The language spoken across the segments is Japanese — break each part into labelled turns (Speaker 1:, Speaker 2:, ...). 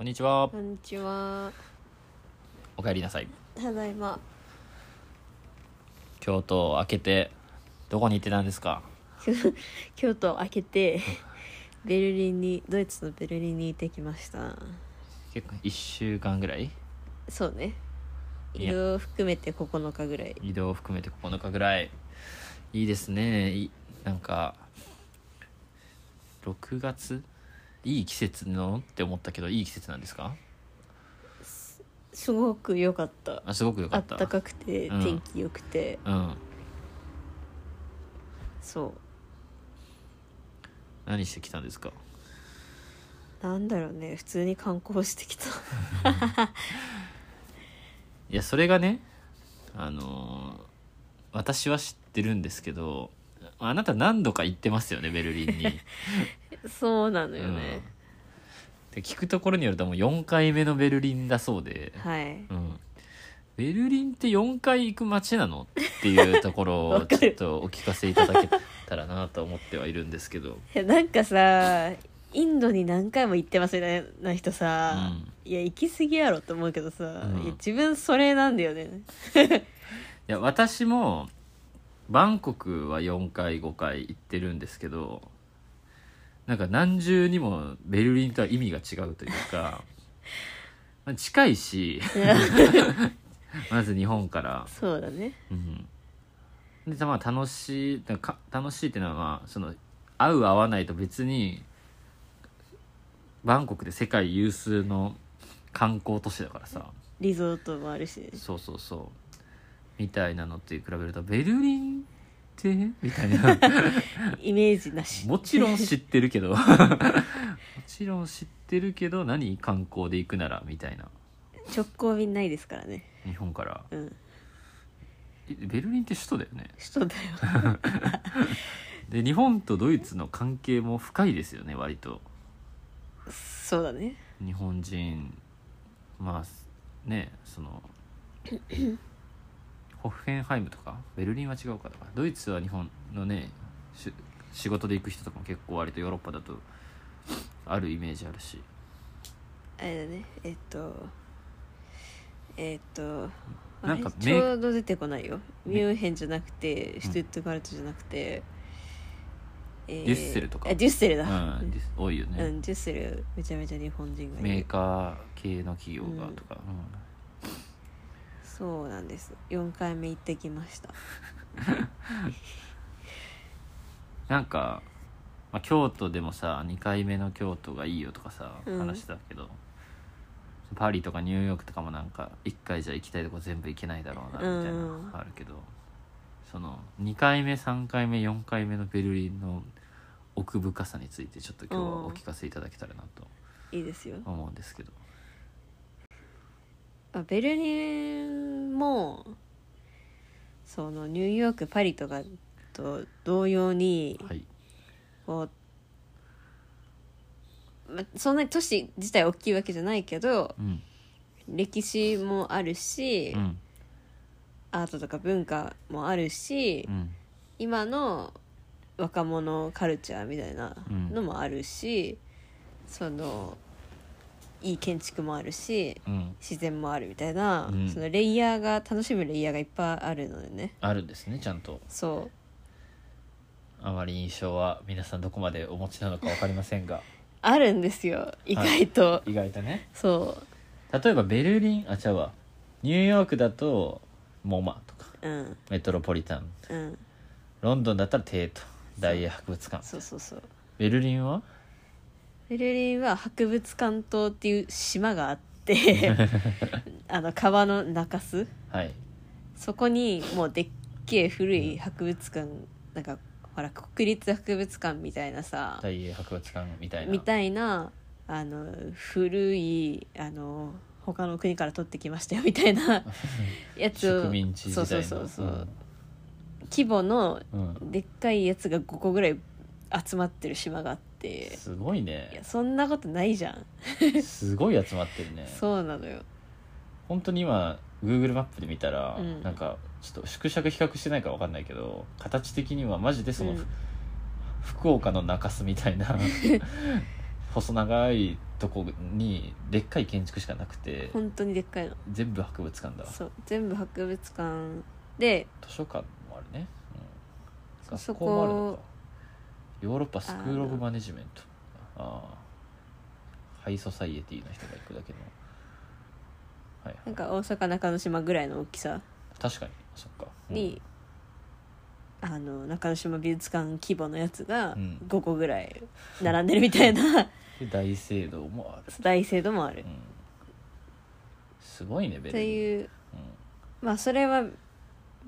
Speaker 1: にちは
Speaker 2: こんにちは。
Speaker 1: おかえりなさい
Speaker 2: ただいま。
Speaker 1: 京都を開けてどこに行ってたんですか
Speaker 2: 京都を開けて、ベルリンに、ドイツのベルリンに行ってきました。
Speaker 1: 結構1週間ぐらい
Speaker 2: そうね。
Speaker 1: い
Speaker 2: 移
Speaker 1: や
Speaker 2: 動含めて9日ぐらい。
Speaker 1: 移動を含めて9日ぐらいいいですねいなんか6月いい季節なのって思ったけどいい季節なんですか
Speaker 2: すごく良かった。
Speaker 1: あすごく良か
Speaker 2: あ
Speaker 1: っ
Speaker 2: ったたかくて、
Speaker 1: うん
Speaker 2: 天気良くて、
Speaker 1: うん
Speaker 2: そ
Speaker 1: 何してきたんですか
Speaker 2: う。なんだろうね。普通に観光してきた。
Speaker 1: いやそれがねあのー私は知ってるんですけどあなた何度か行ってますよねベルリンに
Speaker 2: そうなのよ
Speaker 1: うん
Speaker 2: ね。
Speaker 1: で聞くところによるともう4回目のベルリンだそうで、
Speaker 2: は
Speaker 1: う
Speaker 2: い。
Speaker 1: ん、ベルリンって4回行く街なのっていうところを
Speaker 2: わかる
Speaker 1: ちょっとお聞かせいただけたらなと思ってはいるんですけど、
Speaker 2: いやなんかさ、インドに何回も行ってますみたいな人
Speaker 1: う
Speaker 2: さ、
Speaker 1: ん、
Speaker 2: いや行き過ぎやろって思うけどさ、
Speaker 1: うん
Speaker 2: いや自分それなんだよ ね
Speaker 1: いや私もバンコクは4回5回行ってるんですけどなんか何重にもベルリンとは意味が違うというかまあ近いしまず日本から。
Speaker 2: そうだね
Speaker 1: うん、でたまあ楽しいなんかか楽しいっていうのは、まあ、その合う合わないと別にバンコクで世界有数の観光都市だからさ
Speaker 2: リゾートもあるし
Speaker 1: そうそうそうみたいなのって比べるとベルリンってみたいな
Speaker 2: イメージなし
Speaker 1: もちろん知ってるけどもちろん知ってるけど何観光で行くならみたいな
Speaker 2: 直行便ないですからね
Speaker 1: 日本から
Speaker 2: うん
Speaker 1: えベルリンって首都だよね
Speaker 2: 首都だよ
Speaker 1: で日本とドイツの関係も深いですよね割と
Speaker 2: そうだね
Speaker 1: 日本人まあねそのホッフェンハイムとかベルリンは違うかとかドイツは日本のねし仕事で行く人とかも結構割とヨーロッパだとあるイメージあるし
Speaker 2: あれだねえっとえっとあ
Speaker 1: な
Speaker 2: れ
Speaker 1: んか
Speaker 2: ちょうど出てこないよ
Speaker 1: め
Speaker 2: ミュンヘンじゃなくてシュトゥットガルトじゃなくて、えー
Speaker 1: デュッセルとか
Speaker 2: あデュッセル
Speaker 1: う
Speaker 2: だ、
Speaker 1: んです多いよ
Speaker 2: う
Speaker 1: ね
Speaker 2: んデュッセルめちゃめちゃ日本人がいる
Speaker 1: メーカー系の企業がとか、うん
Speaker 2: そうなんです4回目行ってきました
Speaker 1: なんか、まあ、京都でもさ2回目の京都がいいよとかさ
Speaker 2: うん
Speaker 1: 話してたけど、パリとかニューヨークとかもなんか1回じゃ行きたいとこ全部行けないだろうなみ
Speaker 2: うん
Speaker 1: たいなのがあるけど、その2回目3回目4回目のベルリンの奥深さについてちょっと今日はお聞かせいただけたらなと
Speaker 2: いいですよ
Speaker 1: 思うんですけど、
Speaker 2: あベルリンもそのニューヨークパリとかと同様に
Speaker 1: はい
Speaker 2: こう、ま、そんなに都市自体大きいわけじゃないけど
Speaker 1: うん
Speaker 2: 歴史もあるし、
Speaker 1: うん
Speaker 2: アートとか文化もあるし、
Speaker 1: うん
Speaker 2: 今の若者カルチャーみたいなのもあるし、そのいい建築もあるし
Speaker 1: うん
Speaker 2: 自然もあるみたいな、
Speaker 1: うん
Speaker 2: そのレイヤーが楽しむレイヤーがいっぱいあるのでね
Speaker 1: あるんですねちゃんと
Speaker 2: そ
Speaker 1: あまり印象は皆さんどこまでお持ちなのか分かりませんが
Speaker 2: うあるんですよ意外と、
Speaker 1: 意外とね
Speaker 2: そ
Speaker 1: 例えばベルリンあ違うわニューヨークだとモマとか
Speaker 2: ううん
Speaker 1: メトロポリタン
Speaker 2: うん
Speaker 1: ロンドンだったらテート大英博物館
Speaker 2: そうそうそう
Speaker 1: ベルリンは
Speaker 2: ベルリンは博物館島っていう島があって あの川の中州
Speaker 1: はい
Speaker 2: そこにもうでっけえ古い博物館なんかほら国立博物館みたいなさ
Speaker 1: 大英博物館みたいな
Speaker 2: みたいなあの古いあの他の国から取ってきましたよみたい なやつを
Speaker 1: 植民地時代の
Speaker 2: そうそうそうそう、規模の
Speaker 1: うんうん
Speaker 2: でっかいやつが5個ぐらい集まってる島があって
Speaker 1: すごい
Speaker 2: いや
Speaker 1: ね
Speaker 2: そんなことないじゃん
Speaker 1: すごい集まってるね
Speaker 2: そうなのよ
Speaker 1: 本当に今 Google マップで見たら、
Speaker 2: うん
Speaker 1: なんかちょっと縮尺比較してないから分かんないけど形的にはマジでその、
Speaker 2: うん
Speaker 1: 福岡の中洲みたいな細長いとこにでっかい建築しかなくて
Speaker 2: 本当にでっかいの
Speaker 1: 全部博物館だわ
Speaker 2: そう全部博物館で
Speaker 1: 図書館もあるね、うん、
Speaker 2: そ
Speaker 1: 学
Speaker 2: こ
Speaker 1: 校もあるのかヨーロッパスクール・オブ・マネジメントああハイソサイエティの人が行くだけのはい
Speaker 2: なん
Speaker 1: はい
Speaker 2: か大阪中之島ぐらいの大きさ
Speaker 1: 確かにそっか、うん
Speaker 2: に、あの中之島美術館規模のやつが
Speaker 1: うん
Speaker 2: 5個ぐらい並んでるみたい な
Speaker 1: で大聖堂もある、
Speaker 2: 大聖堂もあ
Speaker 1: う
Speaker 2: る
Speaker 1: ん、すごいねベ
Speaker 2: と
Speaker 1: ルリン
Speaker 2: いう
Speaker 1: うん
Speaker 2: まあそれは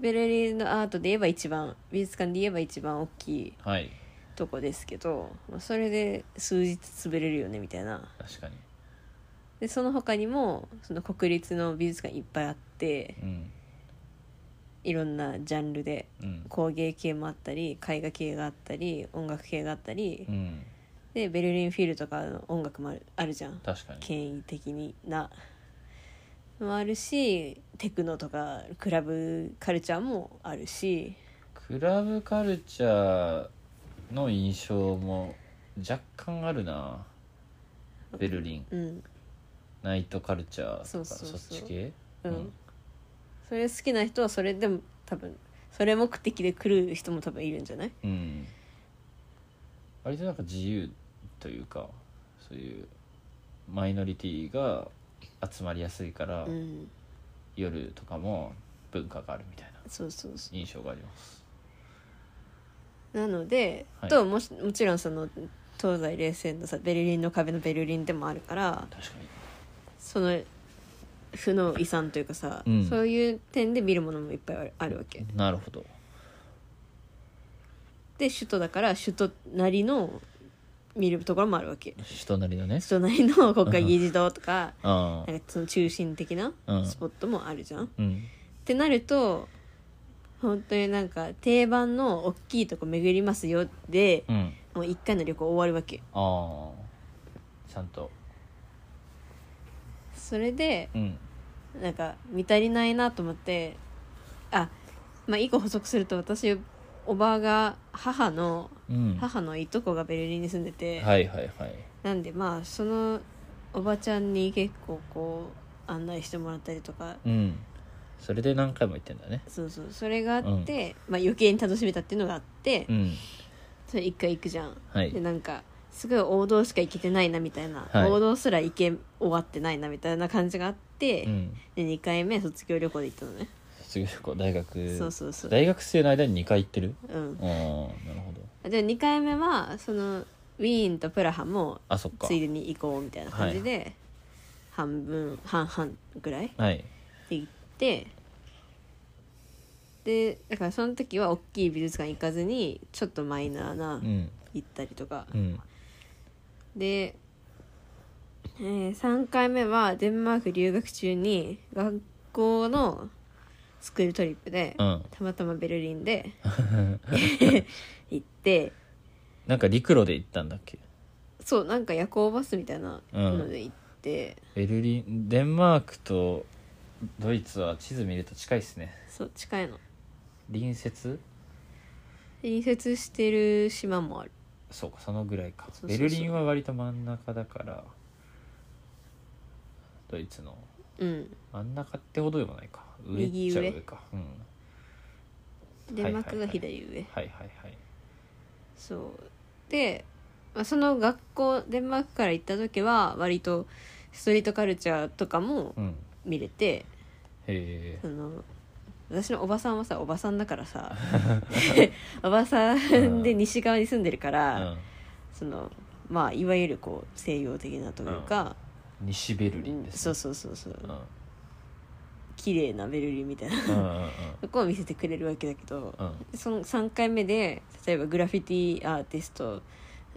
Speaker 2: ベルリンのアートで言えば一番美術館で言えば一番大きい
Speaker 1: はい
Speaker 2: とこですけど、まあ、それで数日潰れるよねみたいな
Speaker 1: 確かに
Speaker 2: でその他にもその国立の美術館いっぱいあって
Speaker 1: うん
Speaker 2: いろんなジャンルで
Speaker 1: うん
Speaker 2: 工芸系もあったり絵画系があったり音楽系があったり、
Speaker 1: うん
Speaker 2: でベルリンフィルとかの音楽もあるあるじゃん
Speaker 1: 確かに
Speaker 2: 権威的なのもあるしテクノとかクラブカルチャーもあるし
Speaker 1: クラブカルチャーの印象も若干あるなベルリン
Speaker 2: うん
Speaker 1: ナイトカルチャーとか
Speaker 2: そ
Speaker 1: そう
Speaker 2: そうそう
Speaker 1: っち系
Speaker 2: うん、
Speaker 1: うん
Speaker 2: それ好きな人はそれでも多分それ目的で来る人も多分いるんじゃない
Speaker 1: うん割となんか自由というかそういうマイノリティが集まりやすいから、
Speaker 2: うん
Speaker 1: 夜とかも文化があるみたいな
Speaker 2: そうそうそ
Speaker 1: 印象があります
Speaker 2: うなので、
Speaker 1: はい
Speaker 2: ともしもちろんその東西冷戦のさベルリンの壁のベルリンでもあるから
Speaker 1: 確かに
Speaker 2: その負の遺産というかさ、
Speaker 1: うん
Speaker 2: そういう点で見るものもいっぱいあるあるわけ
Speaker 1: なるほど
Speaker 2: で首都だから首都なりの見るところもあるわけ
Speaker 1: 人なりのね
Speaker 2: 首都なりの国会議事堂とか
Speaker 1: ああ
Speaker 2: なんかその中心的な
Speaker 1: うん
Speaker 2: スポットもあるじゃん、っ
Speaker 1: うん
Speaker 2: てなると本当になんか定番の大きいとこ巡りますよで
Speaker 1: うん
Speaker 2: もう1回の旅行終わるわけ
Speaker 1: ああちゃんと
Speaker 2: それで
Speaker 1: うん
Speaker 2: なんか見足りないなと思ってあまあ一個補足すると私おばあが母の
Speaker 1: うんは
Speaker 2: 母のいとこがベルリンに住んでて、
Speaker 1: いはいはい
Speaker 2: なんでまあそのおばちゃんに結構こう案内してもらったりとか
Speaker 1: うんそれで何回も言ってんだね
Speaker 2: そうそうそれがあって、まあ余計に楽しめたっていうのがあって、
Speaker 1: うん
Speaker 2: それ一回行くじゃん、
Speaker 1: はい
Speaker 2: でなんかすごい王道しか行けてないなみたいな、
Speaker 1: はい
Speaker 2: 王道すら行け終わってないなみたいな感じがあって、
Speaker 1: うん
Speaker 2: で2回目卒業旅行で行ったのね
Speaker 1: 卒業旅行大学
Speaker 2: そうそうそう
Speaker 1: 大学生の間に2回行ってる
Speaker 2: うん
Speaker 1: ああなるほど
Speaker 2: で2回目はそのウィーンとプラハも
Speaker 1: あそっか
Speaker 2: ついでに行こうみたいな感じで、半分半々ぐらい
Speaker 1: はい
Speaker 2: って言ってでだからその時は大きい美術館行かずにちょっとマイナーな
Speaker 1: うん
Speaker 2: 行ったりとか、
Speaker 1: うん
Speaker 2: で、え3回目はデンマーク留学中に学校のスクールトリップで、
Speaker 1: うん
Speaker 2: たまたまベルリ ンで行って
Speaker 1: なんか陸路で行ったんだっけ
Speaker 2: そうなんか夜行バスみたいなので行って、
Speaker 1: ベルリンデンマークとドイツは地図見ると近いっすね
Speaker 2: そう近いの
Speaker 1: 隣接
Speaker 2: 隣接してる島もある
Speaker 1: そうかそのぐらいか
Speaker 2: そうそうそう
Speaker 1: ベルリンは割と真ん中だからドイツの
Speaker 2: うん
Speaker 1: 真ん中ってほどでもないか上っ
Speaker 2: 右
Speaker 1: ち
Speaker 2: 上
Speaker 1: ゃ上かうん
Speaker 2: デンマークが左上、
Speaker 1: はいはいはい
Speaker 2: そうで、まあ、その学校デンマークから行った時は割とストリートカルチャーとかも
Speaker 1: うん
Speaker 2: 見れて、
Speaker 1: へえ
Speaker 2: その私のおばさんはさおばさんだか らさおばさんで西側に住んでるか
Speaker 1: う
Speaker 2: ら、
Speaker 1: ん
Speaker 2: そのまあいわゆるこう西洋的なというか、
Speaker 1: 西ベルリンです、ね、
Speaker 2: そうそうそうそう
Speaker 1: うんうん
Speaker 2: 綺麗なベルリンみたいな
Speaker 1: うんうん
Speaker 2: とこを見せてくれるわけだけど
Speaker 1: うんうん
Speaker 2: その3回目で例えばグラフィティアーティスト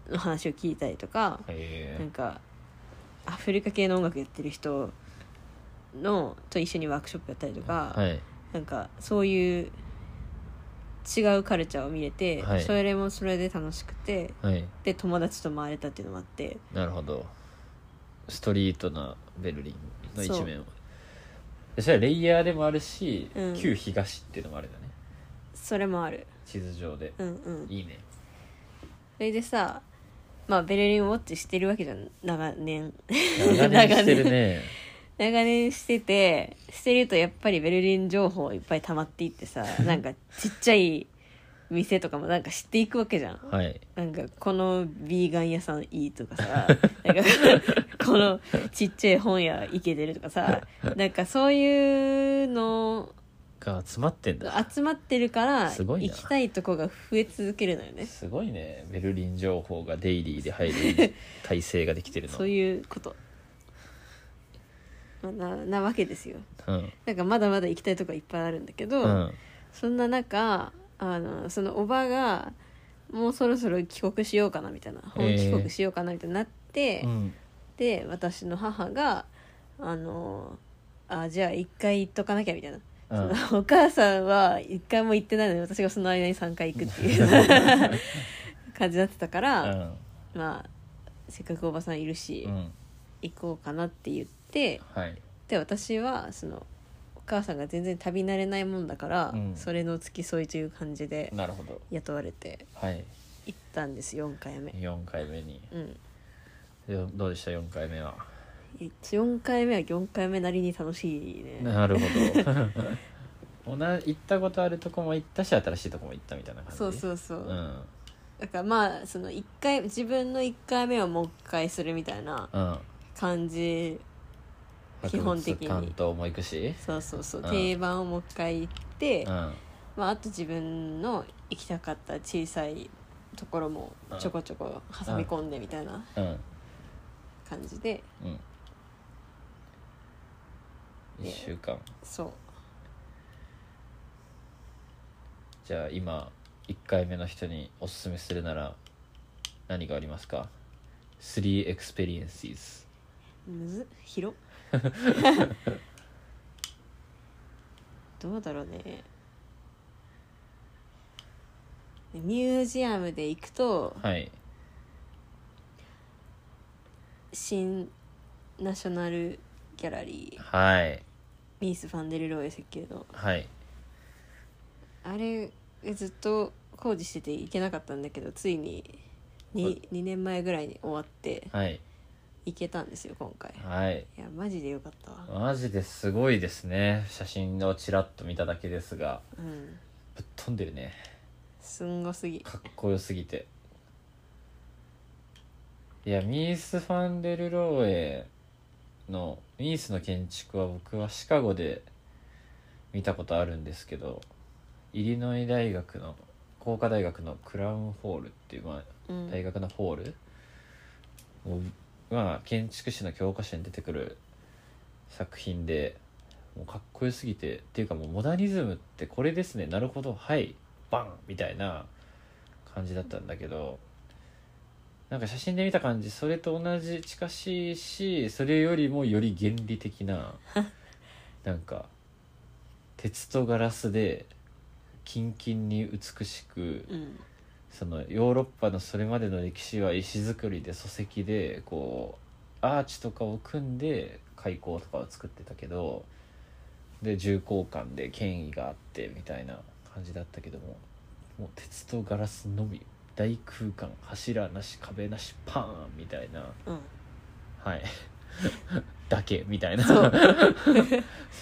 Speaker 2: の話を聞いたりとか、
Speaker 1: へ
Speaker 2: なん
Speaker 1: え
Speaker 2: かアフリカ系の音楽やってる人のと一緒にワークショップやったりとか、
Speaker 1: はい
Speaker 2: なんかそういう違うカルチャーを見れて、
Speaker 1: はい
Speaker 2: それもそれで楽しくて
Speaker 1: はい
Speaker 2: で友達と回れたっていうのもあって
Speaker 1: なるほどストリートなベルリンの
Speaker 2: そ
Speaker 1: 一
Speaker 2: う
Speaker 1: 面をでそれはレイヤーでもあるし、
Speaker 2: うん
Speaker 1: 旧東っていうのもあるんだね
Speaker 2: それもある
Speaker 1: 地図上で、
Speaker 2: うんうん
Speaker 1: いいね
Speaker 2: それでさまあベルリンウォッチしてるわけじゃん長年
Speaker 1: 長 年してるね
Speaker 2: 長年しててしてるとやっぱりベルリン情報いっぱい溜まっていってさなんかちっちゃい店とかもなんか知っていくわけじゃん
Speaker 1: はい
Speaker 2: なんかこのビーガン屋さんいいと かさなんか このちっちゃい本屋いけてるとかさ なんかそういうの
Speaker 1: が詰まってんだ
Speaker 2: 集まってるから
Speaker 1: すごい
Speaker 2: 行
Speaker 1: な
Speaker 2: きたいとこが増え続けるのよね
Speaker 1: すごいねベルリン情報がデイリーで入 る体制ができてるの
Speaker 2: そういうこと、まあななわけですよ
Speaker 1: うん
Speaker 2: なんかまだまだ行きたいとこいっぱいあるんだけど、
Speaker 1: うん
Speaker 2: そんな中あのそのおばがもうそろそろ帰国しようかなみたいな
Speaker 1: え
Speaker 2: 本
Speaker 1: ー
Speaker 2: 帰国しようかなみたいになって、
Speaker 1: うん
Speaker 2: で私の母があのあじゃあ一回行っとかなきゃみたいな、
Speaker 1: うん
Speaker 2: そのお母さんは一回も行ってないのに私がその間に3回行くっていう 感じになってたか
Speaker 1: う
Speaker 2: ら、
Speaker 1: ん
Speaker 2: まあせっかくおばさんいるし、
Speaker 1: うん
Speaker 2: 行こうかなって言って
Speaker 1: はい
Speaker 2: で私はそのお母さんが全然旅慣れないもんだから、
Speaker 1: うん
Speaker 2: それの付き添いという感じで
Speaker 1: なるほど
Speaker 2: 雇われて
Speaker 1: はい
Speaker 2: 行ったんです4回目
Speaker 1: 4回目に
Speaker 2: うん
Speaker 1: よどうでした4回目は
Speaker 2: 4回目は4回目なりに楽 しいね
Speaker 1: なるほ ど同じ行ったことあるとこも行ったし新しいとこも行ったみたいな感じ
Speaker 2: そうそううそう、
Speaker 1: ん
Speaker 2: だからまあその一回自分の1回目はもう1回するみたいな
Speaker 1: うん
Speaker 2: 感じ基本的に
Speaker 1: 博物担当も行くし
Speaker 2: そうそうそう
Speaker 1: うん
Speaker 2: 定番をもう1回行って、
Speaker 1: うん
Speaker 2: まあ、あと自分の行きたかった小さいところもちょこちょこ挟み込んでみたいな
Speaker 1: うん
Speaker 2: 感じで
Speaker 1: うん1週間
Speaker 2: そう
Speaker 1: じゃあ今1回目の人におすすめするなら何がありますか ?3 experiences
Speaker 2: むずっ 広どうだろうねミュージアムで行くと
Speaker 1: はい
Speaker 2: 新ナショナルギャラリー
Speaker 1: はい
Speaker 2: ミース・ファンデル・ローエ設計の
Speaker 1: はい
Speaker 2: あれずっと工事してて行けなかったんだけどついに 2, 2年前ぐらいに終わって
Speaker 1: はい
Speaker 2: 行けたんですよ今回
Speaker 1: はい
Speaker 2: いやマジでよかったわ
Speaker 1: マジですごいですね写真をちらっと見ただけですが
Speaker 2: うん
Speaker 1: ぶっ飛んでるね
Speaker 2: すんごすぎ
Speaker 1: かっこよすぎていやミース・ファンデル・ローエのミースの建築は僕はシカゴで見たことあるんですけどイリノイ大学の工科大学のクラウンホールっていう、ま
Speaker 2: う
Speaker 1: あ、
Speaker 2: ん
Speaker 1: 大学のホールをまあ建築士の教科書に出てくる作品でもうかっこよすぎてっていうかもうモダニズムってこれですねなるほどはいバンみたいな感じだったんだけどなんか写真で見た感じそれと同じ近しいしそれよりもより原理的 ななんか鉄とガラスでキンキンに美しく
Speaker 2: うん
Speaker 1: そのヨーロッパのそれまでの歴史は石造りで礎石でこうアーチとかを組んで開口とかを作ってたけどで重厚感で権威があってみたいな感じだったけどももう鉄とガラスのみ大空間柱なし壁なしパーンみたいな
Speaker 2: うん
Speaker 1: はい だけみたいな
Speaker 2: そ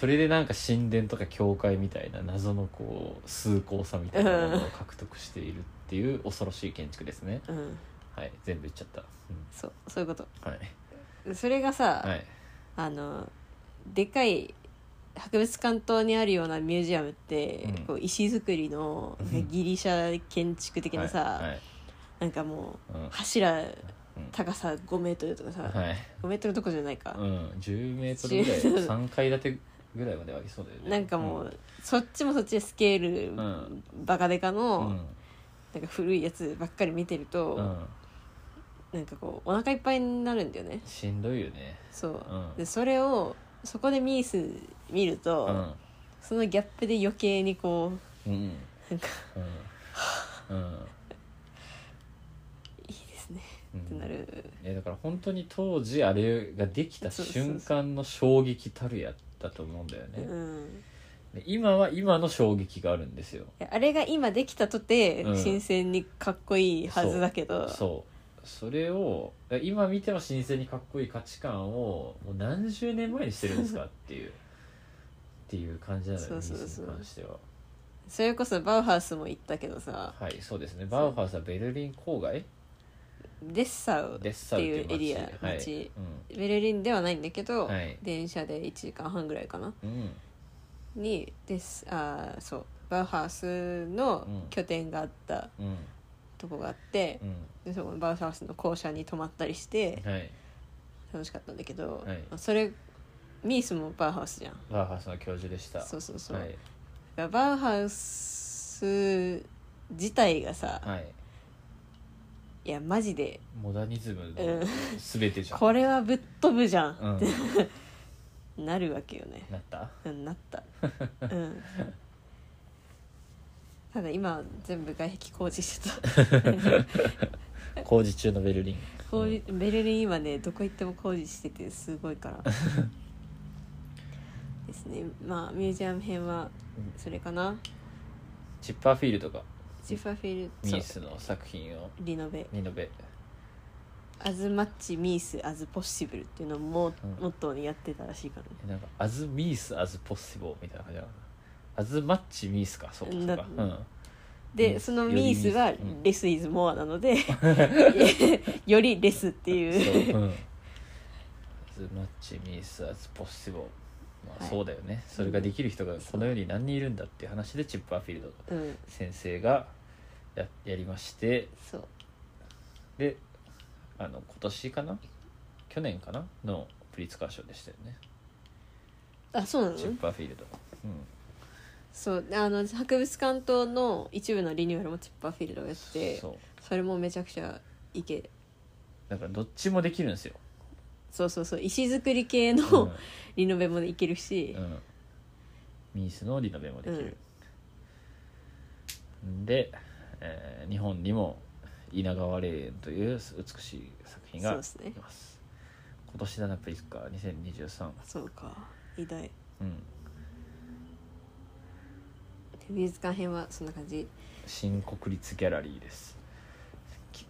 Speaker 1: それでなんか神殿とか教会みたいな謎のこう崇高さみたいなものを獲得しているっていう恐ろしい建築ですね
Speaker 2: うん
Speaker 1: はい全部言っちゃった、う
Speaker 2: そうそういうこと
Speaker 1: ん、はい
Speaker 2: それがさ、
Speaker 1: はい
Speaker 2: あのでかい博物館棟にあるようなミュージアムって、
Speaker 1: うん
Speaker 2: こう石造りの
Speaker 1: うん
Speaker 2: ギリシャ建築的なさ、
Speaker 1: はいはい
Speaker 2: なんかも
Speaker 1: う
Speaker 2: うん柱
Speaker 1: うん
Speaker 2: 高さ5メートルとかさ、
Speaker 1: はい
Speaker 2: 5メートルどころじゃないか
Speaker 1: う、ん、10メートルぐらい3
Speaker 2: 10
Speaker 1: 階建てぐらいまではありそうだよね
Speaker 2: なんかもう、そっちもそっちでスケール、
Speaker 1: ん
Speaker 2: バカデカ
Speaker 1: う
Speaker 2: の、
Speaker 1: ん
Speaker 2: なんか古いやつばっかり見てると、
Speaker 1: うん、うん
Speaker 2: なんかこうお腹いっぱいになるんだよね
Speaker 1: しんどいよね
Speaker 2: そう、
Speaker 1: うん
Speaker 2: でそれをそこでミース見ると、
Speaker 1: うん
Speaker 2: そのギャップで余計にこ
Speaker 1: うん
Speaker 2: うなんか
Speaker 1: うんうん
Speaker 2: いいですね
Speaker 1: うん
Speaker 2: ってなる
Speaker 1: えだから本当に当時あれができた瞬間の衝撃たるやだと思うんだよね、
Speaker 2: うん、
Speaker 1: で今は今の衝撃があるんですよ
Speaker 2: あれが今できたとて、
Speaker 1: うん
Speaker 2: 新鮮にかっこいいはずだけど
Speaker 1: そうそれをえ今見ても新鮮にかっこいい価値観をもう何十年前にしてるんですかって いうっていう感じなの
Speaker 2: そ
Speaker 1: よ
Speaker 2: う
Speaker 1: ニ
Speaker 2: そうそう
Speaker 1: ースに関しては
Speaker 2: それこそバウハウスも行ったけどさ
Speaker 1: はいそうですね
Speaker 2: う
Speaker 1: バウハウスはベルリン郊外
Speaker 2: デッサウ
Speaker 1: デッサウっていう
Speaker 2: っていうエリア
Speaker 1: 街はい
Speaker 2: 街ベルリンではないんだけど、
Speaker 1: はい
Speaker 2: 電車で1時間半ぐらいかな
Speaker 1: うんうん
Speaker 2: にですあーそうバウハウスの
Speaker 1: うん
Speaker 2: 拠点があった
Speaker 1: うん
Speaker 2: とこがあって、
Speaker 1: う
Speaker 2: でそこのバウハウスの校舎に泊まったりし
Speaker 1: ん
Speaker 2: て
Speaker 1: はい
Speaker 2: 楽しかったんだけど、
Speaker 1: はい
Speaker 2: まあそれミースもバウハウスじゃん
Speaker 1: バウハウスの教授でした
Speaker 2: そうそうそう、
Speaker 1: はい
Speaker 2: だからバウハウス自体がさ、
Speaker 1: はい
Speaker 2: い、やマジで
Speaker 1: モダニズム
Speaker 2: う
Speaker 1: の
Speaker 2: ん
Speaker 1: 全てじゃん
Speaker 2: これはぶっ飛ぶじゃん、
Speaker 1: うん
Speaker 2: なるわけよね
Speaker 1: なった
Speaker 2: うんなったうんただ今全部外壁工事してた
Speaker 1: 工事中のベルリン
Speaker 2: 工事ベルリン今ねどこ行っても工事しててすごいからですねまあミュージアム編はそれかな
Speaker 1: チッパーフィールドが
Speaker 2: ジファフィ
Speaker 1: ミー
Speaker 2: ルそう
Speaker 1: スの作品を
Speaker 2: リノベ
Speaker 1: リノベ
Speaker 2: 「アズマッチミースアズポッシブル」っていうのも
Speaker 1: うん
Speaker 2: モットーにやってたらしいからね
Speaker 1: なんか「as meets as possible」みたいな感じだな「as much meets」かそうかそう
Speaker 2: だ
Speaker 1: かうんう
Speaker 2: で
Speaker 1: ん
Speaker 2: そのミースは
Speaker 1: よりミースうん
Speaker 2: レスイズモアなので よりレスっていう
Speaker 1: そううん「as much meets as possible」まあ
Speaker 2: はい
Speaker 1: そうだよねそれができる人がこの世に何人いるんだっていう話でチッパーフィールド
Speaker 2: うん
Speaker 1: 先生がややりまして
Speaker 2: そう
Speaker 1: であの今年かな去年かなのプリツカー賞でしたよね
Speaker 2: あそうな
Speaker 1: チッ
Speaker 2: の
Speaker 1: パーフィールドうん
Speaker 2: そうあの博物館棟の一部のリニューアルもチッパーフィールドがやって
Speaker 1: そう
Speaker 2: それもめちゃくちゃいけ
Speaker 1: だからどっちもできるんですよ、
Speaker 2: そうそうそう石造り系
Speaker 1: う
Speaker 2: の、
Speaker 1: ん
Speaker 2: リノベもいけるし、
Speaker 1: うん、ミースのリノベもできる、で、えー日本にも稲川霊園という美しい作品が
Speaker 2: そう
Speaker 1: あり
Speaker 2: で
Speaker 1: ます
Speaker 2: ね
Speaker 1: 今年だなプリツカー2023
Speaker 2: そうか偉大
Speaker 1: うん
Speaker 2: 美術館編はそんな感じ
Speaker 1: 新国立ギャラリーですき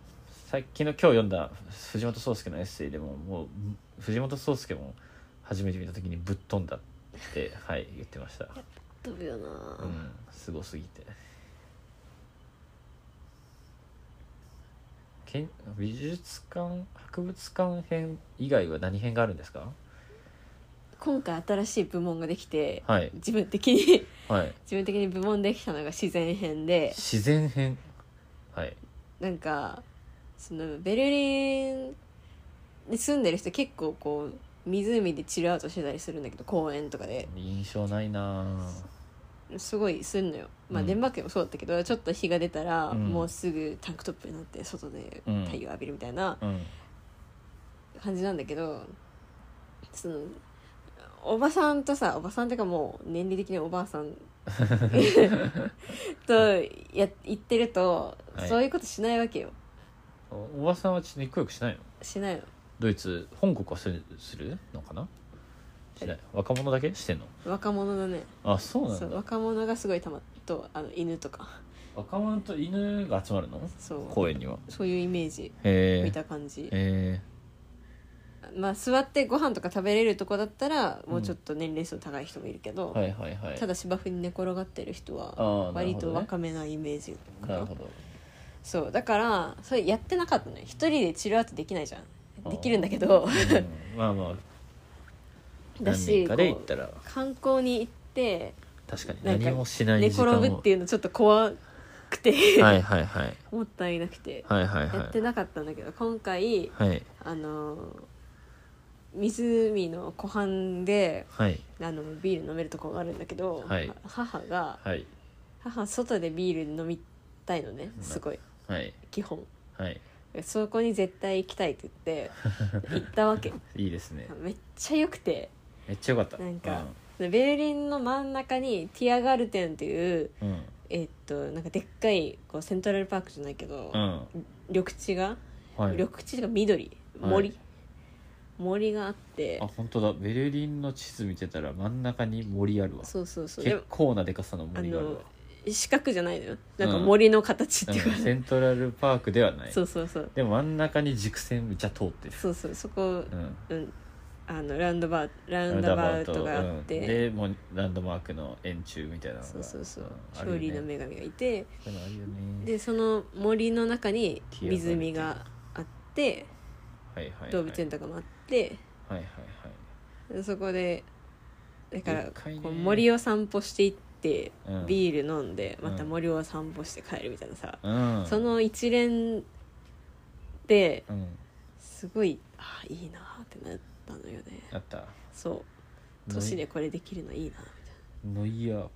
Speaker 1: さっきの今日読んだ藤本壮介のエッセイでももう藤本壮介も初めて見た時にぶっ飛んだって はい言ってました
Speaker 2: 飛ぶよな、
Speaker 1: うんすごすぎてけん美術館博物館編以外は何編があるんですか
Speaker 2: 今回新しい部門ができて、
Speaker 1: はい
Speaker 2: 自分的に
Speaker 1: はい
Speaker 2: 自分的に部門できたのが自然編で
Speaker 1: 自然編はい
Speaker 2: なんかそのベルリンに住んでる人結構こう湖でチルアウトしてたりするんだけど公園とかで
Speaker 1: 印象ないな
Speaker 2: すごいすんのよ、まあ、
Speaker 1: うん
Speaker 2: デンマークでもそうだったけど、ちょっと日が出たら、
Speaker 1: うん
Speaker 2: もうすぐタンクトップになって外で
Speaker 1: うん
Speaker 2: 太陽浴びるみたいな
Speaker 1: ぁうん
Speaker 2: 感じなんだけど、そのおばさんとさおばさんっていうかもう年齢的におばあ さんとや言ってると、
Speaker 1: はい
Speaker 2: そういうことしないわけよ
Speaker 1: おおばさんはちにくよくしないの
Speaker 2: しないの
Speaker 1: ドイツ本国はするするのかなしない若者だけしてんの
Speaker 2: 若者だね
Speaker 1: あそうな
Speaker 2: そ
Speaker 1: ん
Speaker 2: う
Speaker 1: だ
Speaker 2: 若者がすごいたまとあの犬とか
Speaker 1: 若者と犬が集まるの
Speaker 2: そう
Speaker 1: 公園には
Speaker 2: そういうイメージ
Speaker 1: へ
Speaker 2: 見
Speaker 1: え
Speaker 2: た感じ
Speaker 1: へ
Speaker 2: まあ座ってご飯とか食べれるとこだったら
Speaker 1: うん
Speaker 2: もうちょっと年齢層高い人もいるけど、
Speaker 1: えはいはいはい
Speaker 2: ただ芝生に寝転がってる人
Speaker 1: あ
Speaker 2: は
Speaker 1: ーなる
Speaker 2: 割
Speaker 1: ほど
Speaker 2: と
Speaker 1: ね
Speaker 2: 若めなイメージかな
Speaker 1: なる ほど
Speaker 2: そうだからそれやってなかったのよ一人でチルアウトできないじゃんできるんだ けど
Speaker 1: うんまあまあ
Speaker 2: だ
Speaker 1: 何
Speaker 2: し
Speaker 1: 人かで行
Speaker 2: こ
Speaker 1: っ
Speaker 2: う
Speaker 1: たら
Speaker 2: 観光に行って
Speaker 1: 確かに
Speaker 2: なんか
Speaker 1: 何もしない
Speaker 2: 寝
Speaker 1: 時間
Speaker 2: 転
Speaker 1: を
Speaker 2: ぶっていうのちょっと怖くて、
Speaker 1: はいはいはい
Speaker 2: もったいなくて、
Speaker 1: はいはい
Speaker 2: やって
Speaker 1: は
Speaker 2: なかったんだけど今回
Speaker 1: いはい
Speaker 2: あの湖の湖畔で
Speaker 1: はい
Speaker 2: あのビール飲めるとこがあるんだけど、
Speaker 1: はい
Speaker 2: 母が
Speaker 1: はい
Speaker 2: 母外でビール飲みたいのねすごい
Speaker 1: はい
Speaker 2: 基本
Speaker 1: はい
Speaker 2: そこに絶対行きたいって 言って行ったわけ
Speaker 1: いいですね
Speaker 2: めっちゃ良くて
Speaker 1: めっちゃよかった
Speaker 2: なんかベルリンの真ん中にティアガルテンっていう
Speaker 1: うんうん
Speaker 2: えっとなんかでっかいこうセントラルパークじゃないけど、
Speaker 1: うん
Speaker 2: 緑地が、
Speaker 1: はい
Speaker 2: 緑地が緑森、
Speaker 1: はい
Speaker 2: 森があって
Speaker 1: あ本当だベルリンの地図見てたら真ん中に森あるわ
Speaker 2: そうそうそうでも
Speaker 1: 結構なでかさの
Speaker 2: あ
Speaker 1: 森があるわ
Speaker 2: の四角じゃないのよなんか森の形っていうか、
Speaker 1: うんセントラルパークではない
Speaker 2: そうそうそう
Speaker 1: でも真ん中に軸線めっちゃ通ってる
Speaker 2: そうそうそこ、
Speaker 1: うん
Speaker 2: うん、あのランドバーラウンドバウトがあっ
Speaker 1: うん
Speaker 2: て、
Speaker 1: でもうランドマークの円柱みたいなのが
Speaker 2: そうそうそうん
Speaker 1: ある
Speaker 2: 勝
Speaker 1: よね
Speaker 2: 利の女神がいて
Speaker 1: こういうのあるよね
Speaker 2: でその森の中に湖があって
Speaker 1: はいはいはい、
Speaker 2: 動物園とかもあって
Speaker 1: はいはい
Speaker 2: そこでだから
Speaker 1: でっかいね
Speaker 2: こう森を散歩していって
Speaker 1: うん
Speaker 2: ビール飲んで
Speaker 1: うん
Speaker 2: また森を散歩して帰るみたいなさ、
Speaker 1: はいうん
Speaker 2: その一連で
Speaker 1: うん
Speaker 2: すごいあいいなってなったのよね
Speaker 1: あった
Speaker 2: そう年でこれできるのいいなみたい
Speaker 1: ノイヤーコ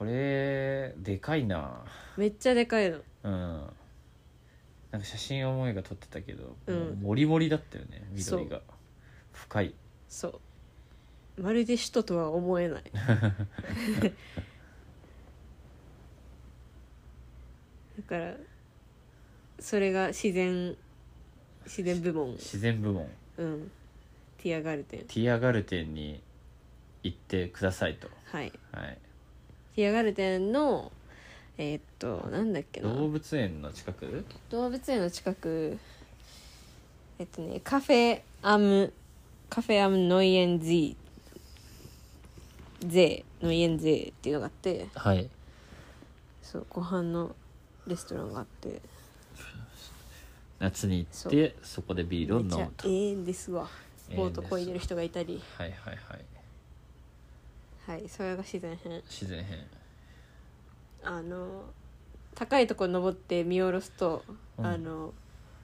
Speaker 1: これでかいな
Speaker 2: なめっちゃでかいの
Speaker 1: うんなんか写真思いが撮ってたけど、
Speaker 2: うん
Speaker 1: もモリモリだったよね
Speaker 2: そう
Speaker 1: 緑が深い
Speaker 2: そうまるで首都とは思えない だからそれが自然自然部門
Speaker 1: 自然部門
Speaker 2: うんティアガルデン
Speaker 1: ティアガルテンに行ってくださいと
Speaker 2: はい
Speaker 1: はい
Speaker 2: ティアガルデンのえーっとなんだっけな
Speaker 1: 動物園の近く
Speaker 2: 動物園の近くえっとねカフェアムカフェアムノイエンゼーゼーノイエンゼーっていうのがあって
Speaker 1: はい
Speaker 2: そうご飯のレストランがあって
Speaker 1: 夏に行ってそこでビールを
Speaker 2: め
Speaker 1: 飲
Speaker 2: っ
Speaker 1: む
Speaker 2: ちゃ
Speaker 1: と
Speaker 2: ええんですわ
Speaker 1: ええんです
Speaker 2: ボートこいでる人がいたり
Speaker 1: はいはいはい
Speaker 2: はいそれが自然編
Speaker 1: 自然編
Speaker 2: あの高いとこ登って見下ろすと、
Speaker 1: うん
Speaker 2: あの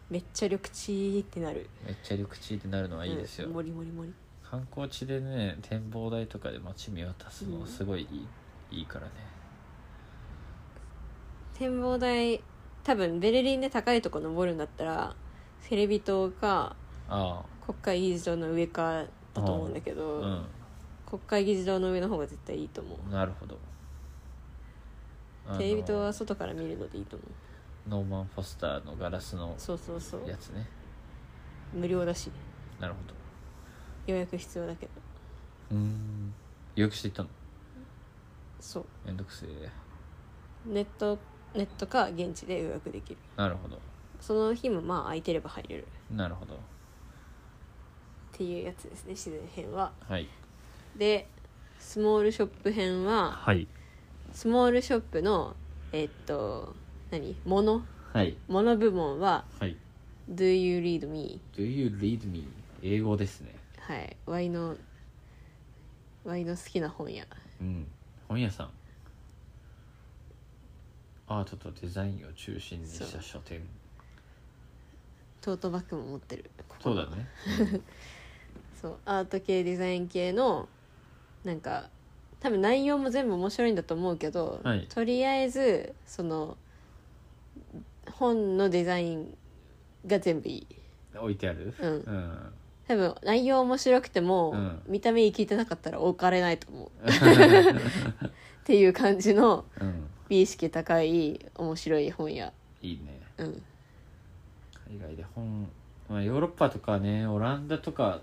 Speaker 2: めっちゃ緑地ってなる
Speaker 1: めっちゃ緑地ってなるのはいいですよ、
Speaker 2: うん、もりもりもり
Speaker 1: 観光地でね展望台とかで街見渡す
Speaker 2: う
Speaker 1: の
Speaker 2: ん
Speaker 1: すごいいい,、いいからね
Speaker 2: 展望台多分ベルリンで高いとこ登るんだったらテレビ塔か
Speaker 1: あ
Speaker 2: 国会議事堂の上かだと思うんだけ
Speaker 1: あ
Speaker 2: ど、
Speaker 1: うん
Speaker 2: 国会議事堂の上の方が絶対いいと思う、
Speaker 1: なるほどあの
Speaker 2: テレビ塔は外から見るのでいいと思う
Speaker 1: ノーマン・フォスターのガラスの
Speaker 2: そうそうそう
Speaker 1: やつね
Speaker 2: 無料だし
Speaker 1: なるほ
Speaker 2: 予約必要だけど
Speaker 1: どうん予約して行ったの
Speaker 2: そう
Speaker 1: めんどくせえ
Speaker 2: ネットネットか現地で予約できる
Speaker 1: なるほど
Speaker 2: その日もまあ空いてれば入れる
Speaker 1: なるほど
Speaker 2: っていうやつですね自然編は
Speaker 1: はい
Speaker 2: でスモールショップ編は
Speaker 1: はい
Speaker 2: スモールショップのえっと何物
Speaker 1: はい
Speaker 2: 物部門は
Speaker 1: はい
Speaker 2: 「Do you read me?
Speaker 1: 「Do you read me?」英語ですね」
Speaker 2: はいワイのワイの好きな本や
Speaker 1: うん本屋さんアートとデザインを中心にし
Speaker 2: そ
Speaker 1: た
Speaker 2: う
Speaker 1: 書店
Speaker 2: トートバッグも持ってるここ
Speaker 1: そう
Speaker 2: の
Speaker 1: だね
Speaker 2: そうアート系デザイン系のなんか多分内容も全部面白いんだと思うけど、
Speaker 1: はい
Speaker 2: とりあえずその本のデザインが全部いい
Speaker 1: 置いてある
Speaker 2: うん
Speaker 1: うん
Speaker 2: 多分内容面白くても、
Speaker 1: うん
Speaker 2: 見た目に聞いてなかったら置かれないと 思うっていう感じの
Speaker 1: うん
Speaker 2: 美意識高い面白い本や
Speaker 1: いいね
Speaker 2: うん
Speaker 1: 海外で本、まあ、ヨーロッパとかねオランダとか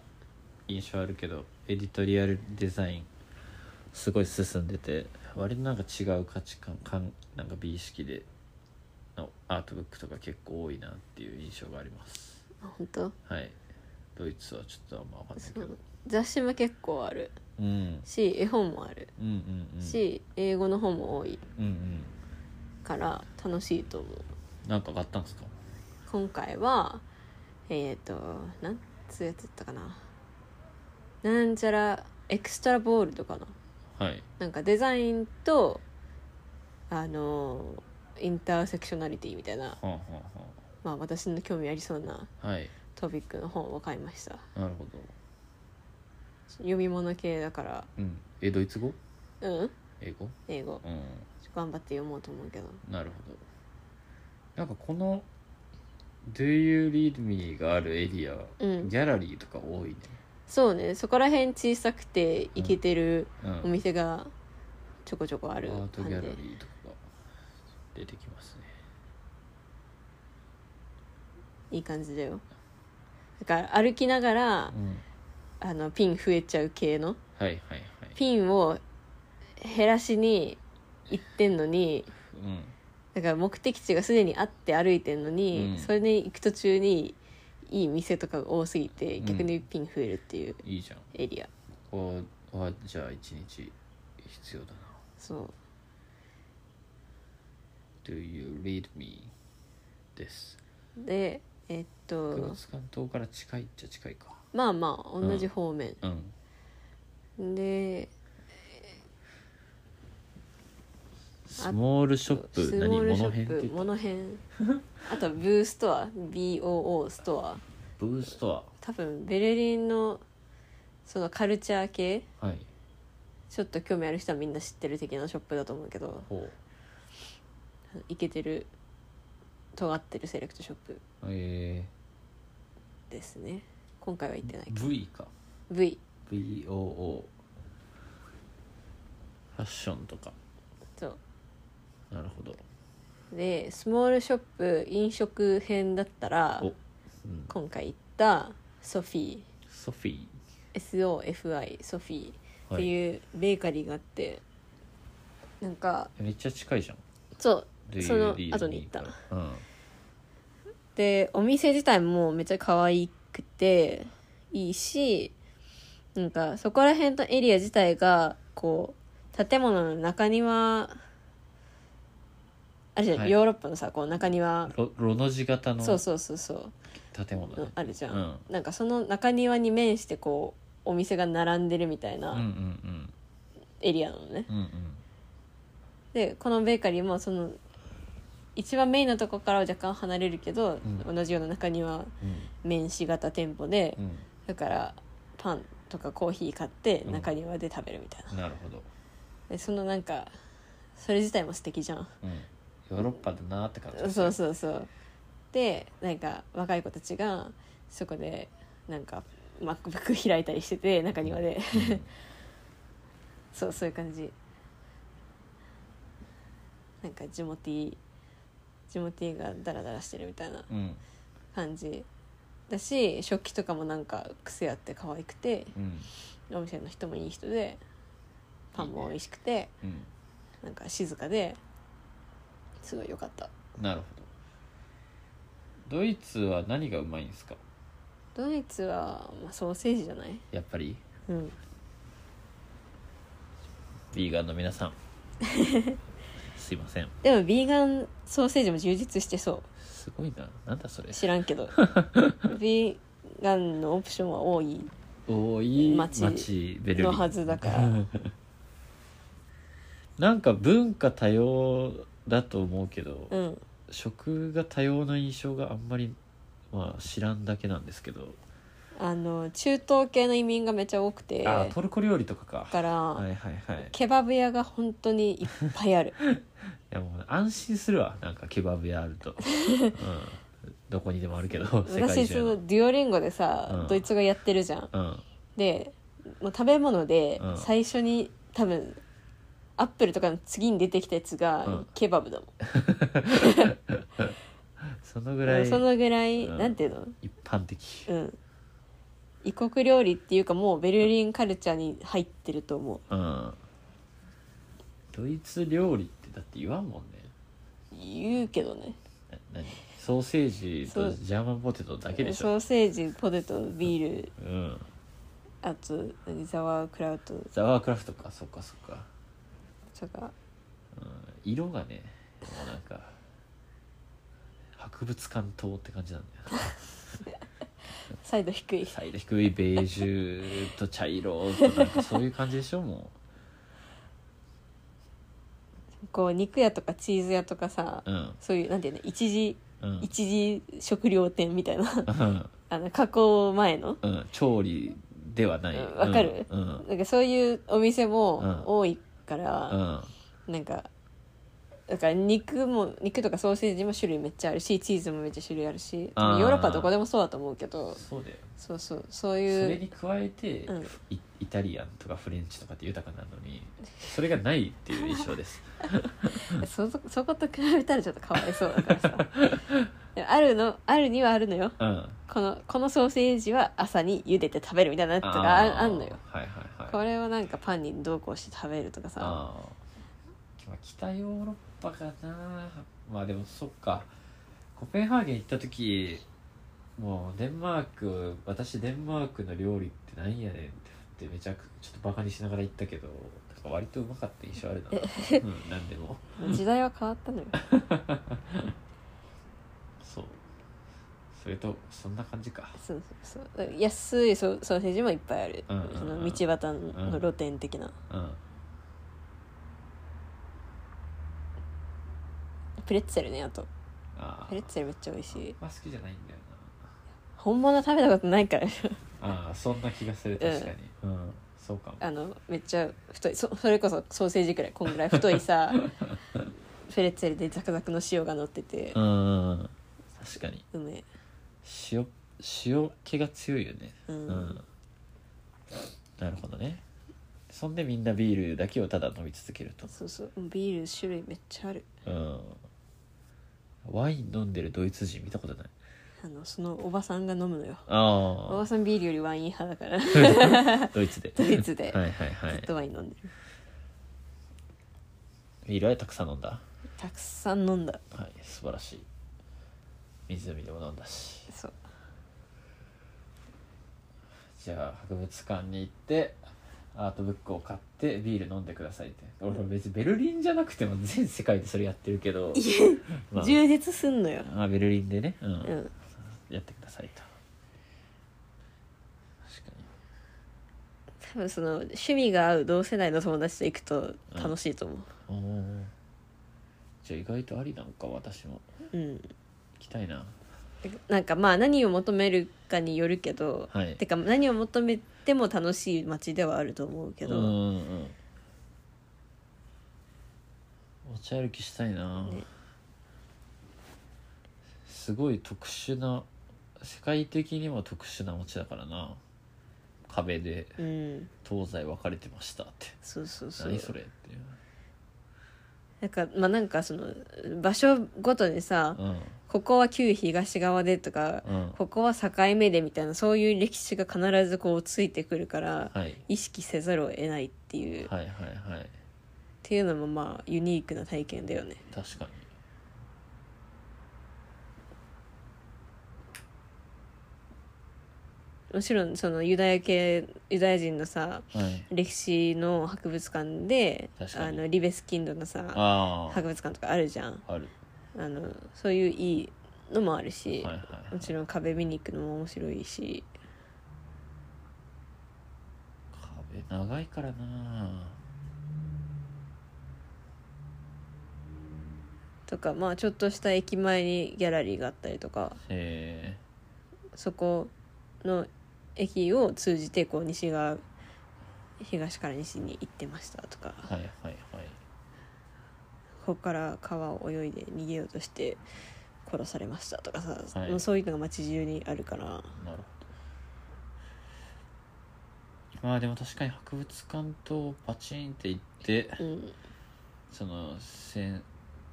Speaker 1: 印象あるけどエディトリアルデザインすごい進んでて割となんか違う価値観かんなんか美意識でのアートブックとか結構多いなっていう印象があります
Speaker 2: あ本当
Speaker 1: はいドイツはちょっとあんま分かんないけ
Speaker 2: そ
Speaker 1: ど
Speaker 2: う雑誌も結構ある
Speaker 1: うんうん
Speaker 2: し絵本もある
Speaker 1: うんうん
Speaker 2: し、英語の本も多い
Speaker 1: うんうん
Speaker 2: から楽しいと思う
Speaker 1: なんか買ったんですか
Speaker 2: 今回はえっ、となんつうやつだったかななんちゃらエクストラボールとかな
Speaker 1: はい
Speaker 2: なんかデザインとあのインターセクショナリティみたいな
Speaker 1: はあは
Speaker 2: まあ私の興味ありそうな
Speaker 1: あはあはい
Speaker 2: トピックの本を買いました
Speaker 1: なるほど
Speaker 2: 読み物系だから
Speaker 1: うんえドイツ語
Speaker 2: うん
Speaker 1: 英語
Speaker 2: 英語
Speaker 1: うん
Speaker 2: 頑張って読もうと思うけど
Speaker 1: なるほどなんかこの「Do You Read Me」があるエリア、
Speaker 2: うん
Speaker 1: ギャラリーとか多いね
Speaker 2: そうねそこら辺小さくてイケてる
Speaker 1: うん
Speaker 2: お店がちょこちょこあ
Speaker 1: ア
Speaker 2: る
Speaker 1: ート
Speaker 2: 感
Speaker 1: ギ
Speaker 2: じ
Speaker 1: ャラ
Speaker 2: で
Speaker 1: リーとかが出てきますね
Speaker 2: いい感じだよだから歩きながら
Speaker 1: うん
Speaker 2: あのピン増えちゃう系の
Speaker 1: はいはいはい
Speaker 2: ピンを減らしに行ってんのに
Speaker 1: うん
Speaker 2: だから目的地がすでにあって歩いてんのに、
Speaker 1: うん
Speaker 2: それに行く途中にいい店とかが多すぎて
Speaker 1: うん
Speaker 2: 逆にピン増えるっていう
Speaker 1: いいじゃん
Speaker 2: エリア、
Speaker 1: ここはじゃあ一日必要だな
Speaker 2: そう
Speaker 1: Do you read me? です
Speaker 2: でえっ
Speaker 1: 博物
Speaker 2: と
Speaker 1: 館島から近いっちゃ近いか
Speaker 2: まあまあ同じ方面、
Speaker 1: うん
Speaker 2: で
Speaker 1: スモールショッ
Speaker 2: ス
Speaker 1: プ
Speaker 2: モ
Speaker 1: 何
Speaker 2: ールシ
Speaker 1: 物
Speaker 2: ョ
Speaker 1: 編
Speaker 2: ッ
Speaker 1: って
Speaker 2: プ
Speaker 1: 言った
Speaker 2: モノ編あとはブーストア BOO ストア
Speaker 1: ブースト
Speaker 2: 多分ベルリンのそのカルチャー系
Speaker 1: アはい
Speaker 2: ちょっと興味ある人はみんな知ってる的なショップだと思うけど
Speaker 1: ほ
Speaker 2: イケてる尖ってるセレクトショップ
Speaker 1: うえ
Speaker 2: ですね今回は行ってないけ
Speaker 1: ー、V か
Speaker 2: ど V
Speaker 1: VOO ファッションとか
Speaker 2: そ
Speaker 1: なるほど
Speaker 2: うでスモールショップ飲食編だったら
Speaker 1: お、うん、
Speaker 2: 今回行ったソフィー
Speaker 1: ソフィ
Speaker 2: SOFI ソフィー
Speaker 1: ー、
Speaker 2: っ
Speaker 1: は
Speaker 2: て
Speaker 1: い、
Speaker 2: いうベーカリーがあって、なんか
Speaker 1: めっちゃ近いじゃん
Speaker 2: そう
Speaker 1: Do you
Speaker 2: その
Speaker 1: read
Speaker 2: 後に行った
Speaker 1: me? からうん
Speaker 2: でお店自体もめっちゃ可愛くていいしなんかそこら辺とエリア自体がこう建物の中庭あれじゃん、
Speaker 1: はい
Speaker 2: ヨーロッパのさこう中庭
Speaker 1: ロロの字型の
Speaker 2: そうそうそうそう
Speaker 1: 建物
Speaker 2: の
Speaker 1: ね
Speaker 2: あるじゃん、
Speaker 1: うん
Speaker 2: なんかその中庭に面してこうお店が並んでるみたい
Speaker 1: うんうん
Speaker 2: なエリアなのね、
Speaker 1: うんうんうん
Speaker 2: でこのベーカリーもその一番メインのとこからは若干離れるけど、
Speaker 1: うん
Speaker 2: 同じような中庭面し型店舗で、
Speaker 1: うん
Speaker 2: だからパンとかコーヒー買って
Speaker 1: うん
Speaker 2: 中庭で食べるみたいな、
Speaker 1: うんなるほど、
Speaker 2: でそのなんかそれ自体も素敵じゃん
Speaker 1: うん、ヨーロッパだなーって感じ
Speaker 2: そうそうそうでなんか若い子たちがそこでなんか MacBook 開いたりしてて中庭で
Speaker 1: うん
Speaker 2: そうそういう感じなんかジモティージモティーがダラダラしてるみたいな
Speaker 1: うん
Speaker 2: 感じだし食器とかもなんか癖あって可愛くて
Speaker 1: うん
Speaker 2: お店の人もいい人でパンも美味しくて
Speaker 1: うん
Speaker 2: なんか静かですごい良かった
Speaker 1: なるほどドイツは何がうまいんですか
Speaker 2: ドイツは、まあ、ソーセージじゃない
Speaker 1: やっぱり
Speaker 2: うん
Speaker 1: ビーガンの皆さん すいません
Speaker 2: でもビーガンソーセージも充実してそ
Speaker 1: すごいななんだそれ
Speaker 2: う知らんけ どビーガンのオプションは多い
Speaker 1: 多い
Speaker 2: 街
Speaker 1: 街ベルリン
Speaker 2: のはずだから
Speaker 1: なんか文化多様だと思うけど、
Speaker 2: うん
Speaker 1: 食が多様な印象があんまりまあ知らんだけなんですけど、
Speaker 2: あの中東系の移民がめっちゃ多くて
Speaker 1: あ
Speaker 2: だ
Speaker 1: トルコ料理とかか
Speaker 2: から、
Speaker 1: はいはいはい
Speaker 2: ケバブ屋が本当にいっぱいある
Speaker 1: いやもう安心するわなんかケバブ屋ある と、うん、どこにでもあるけど 世界
Speaker 2: 私そ
Speaker 1: 中の
Speaker 2: の
Speaker 1: う
Speaker 2: デュオリンゴでさ、
Speaker 1: うん
Speaker 2: ドイツ語やってるじゃん
Speaker 1: ん
Speaker 2: でもう食べ物で
Speaker 1: うん
Speaker 2: 最初に、多分アップルとかの次に出てきたやつが、
Speaker 1: うん
Speaker 2: ケバブだもん
Speaker 1: そのぐらい
Speaker 2: そのぐらい、
Speaker 1: うん
Speaker 2: なんていうの
Speaker 1: 一般的
Speaker 2: うん異国料理っていうかもうベルリンカルチャーに入ってると思
Speaker 1: うんドイツ料理ってだって言わんもんね
Speaker 2: う言うけどね
Speaker 1: な何ソーセージ
Speaker 2: そ
Speaker 1: と
Speaker 2: う
Speaker 1: ジャーマンポテトだけでし
Speaker 2: ソ
Speaker 1: ょ
Speaker 2: ーセージポテトビール
Speaker 1: うん
Speaker 2: あと何ザワークラウト
Speaker 1: ザワークラフトかそっかそっか、
Speaker 2: とか
Speaker 1: うん、色がねもうなんか博物館島って感じなんだよ な
Speaker 2: サイド低い
Speaker 1: サイド低いベージュと茶色となんかそういう感じでしょも
Speaker 2: こう肉屋とかチーズ屋とかさ、
Speaker 1: ううん
Speaker 2: そういうなんていうの一時
Speaker 1: うん
Speaker 2: 一時食料店みたいな
Speaker 1: うん
Speaker 2: あの加工前の
Speaker 1: うん調理ではない
Speaker 2: うんわかる
Speaker 1: うんうん
Speaker 2: なんかそういうお店も
Speaker 1: うん
Speaker 2: 多いか
Speaker 1: う
Speaker 2: ら、
Speaker 1: ん
Speaker 2: なんかだから肉も肉とかソーセージも種類めっちゃあるしチーズもめっちゃ種類あるしヨ
Speaker 1: あー
Speaker 2: ーロッパどこでもそうだと思うけど
Speaker 1: そうだよ
Speaker 2: そうそうそう
Speaker 1: そ
Speaker 2: い
Speaker 1: れ
Speaker 2: う
Speaker 1: に加えて、
Speaker 2: うん
Speaker 1: イイタリアンとかフレンチとかって豊かなのにそれがないっていう印象です
Speaker 2: そそこと比べたらちょっとかわいそうだか らさでもあるのあるにはあるのよ
Speaker 1: うん
Speaker 2: このこのソーセージは朝に茹でて食べるみたいなやつが
Speaker 1: ー
Speaker 2: ああんのよ
Speaker 1: はいはいはい
Speaker 2: これをなんかパンにどうこうして食べるとかさ
Speaker 1: あーまあ北ヨーロッパかなまあでもそっかコペンハーゲン行った時もうデンマーク私デンマークの料理って何やねんってめちゃくちょっとバカにしながら行ったけどなんか割とうまかった印象あ るな、うん、何でも
Speaker 2: 時代は変わったのよ
Speaker 1: そうそれとそんな感じか
Speaker 2: そうそうそう安いソソーセージもいっぱいある、
Speaker 1: うんうんうん
Speaker 2: その道端の露店的な、
Speaker 1: うん
Speaker 2: プレッツェルねあと
Speaker 1: あ
Speaker 2: プレ
Speaker 1: ー
Speaker 2: ッツェルめっちゃ美味しい
Speaker 1: あんま好きじゃないんだよ
Speaker 2: 本物食べたことないから
Speaker 1: なああそんな気がする確かにうん、そうかも
Speaker 2: あのめっちゃ太いそそれこそソーセージくらいこんぐらい太いさ プレッツェルでザクザクの塩が乗ってて
Speaker 1: うんうんうん確かに
Speaker 2: うめえ
Speaker 1: 塩塩気が強いよね
Speaker 2: うん
Speaker 1: なるほどねそんでみんなビールだけをただ飲み続けると
Speaker 2: そうそうビール種類めっちゃある
Speaker 1: うんワイン飲んでるドイツ人見たことない
Speaker 2: あのそのおばさんが飲むのよお
Speaker 1: あ
Speaker 2: ばさんビールよりワイン派 だから
Speaker 1: あドイツで
Speaker 2: ドイツで
Speaker 1: はいはいは
Speaker 2: ずっ
Speaker 1: い
Speaker 2: とワイン飲んでる
Speaker 1: ビールはたくさん飲んだ
Speaker 2: たくさん飲んだ
Speaker 1: はい素晴らしい湖でも飲んだし
Speaker 2: そう
Speaker 1: じゃあ博物館に行ってアートブックを買ってビール飲んでくださいって俺も別にベルリンじゃなくても全世界でそれやってるけど、まあ
Speaker 2: 充実すんのよ
Speaker 1: あベルリンでね、うん
Speaker 2: うん
Speaker 1: やってくださいと確かに
Speaker 2: 多分その趣味が合う同世代の友達と行くと楽しいと思
Speaker 1: おーじゃあ意外とありなんか私も
Speaker 2: ううん、
Speaker 1: 行きたいな
Speaker 2: なんかまあ何を求めるかによるけど、
Speaker 1: はい
Speaker 2: てか何を求めても楽しい街ではあると思うけど、
Speaker 1: うんうんうん持ち歩きしたいな、
Speaker 2: ね
Speaker 1: すごい特殊な世界的にも特殊な街だからな壁で
Speaker 2: うん、
Speaker 1: 東西分かれてましたって
Speaker 2: そうそうそう
Speaker 1: 何それっていう
Speaker 2: なんかまあなんかその場所ごとにさ、
Speaker 1: うん
Speaker 2: ここは旧東側でとか、
Speaker 1: うん
Speaker 2: ここは境目でみたいなそういう歴史が必ずこうついてくるから、
Speaker 1: はい
Speaker 2: 意識せざるを得ないっていう、っ
Speaker 1: はいはいはい
Speaker 2: ていうのもまあユニークな体験だよね
Speaker 1: 確かに
Speaker 2: もちろんそのユダヤ系ユダヤ人のさ
Speaker 1: はい
Speaker 2: 歴史の博物館で
Speaker 1: 確か
Speaker 2: あ
Speaker 1: に
Speaker 2: のリベスキンドのさ
Speaker 1: あ
Speaker 2: 博物館とかあるじゃん
Speaker 1: あある
Speaker 2: あのそういういいのもあるし、
Speaker 1: はいはい
Speaker 2: もちろん壁見に行くのも面白いし
Speaker 1: 壁長いからな
Speaker 2: とかまあちょっとした駅前にギャラリーがあったりとか
Speaker 1: へ
Speaker 2: そこの駅を通じてこう西側東から西に行ってましたとか
Speaker 1: えはいはいはい
Speaker 2: ここから川を泳いで逃げようとして殺されましたとかさ、
Speaker 1: はい
Speaker 2: もうそういうのが街中にあるから
Speaker 1: なるほどまあでも確かに博物館とパチンって行って
Speaker 2: うん
Speaker 1: そのせん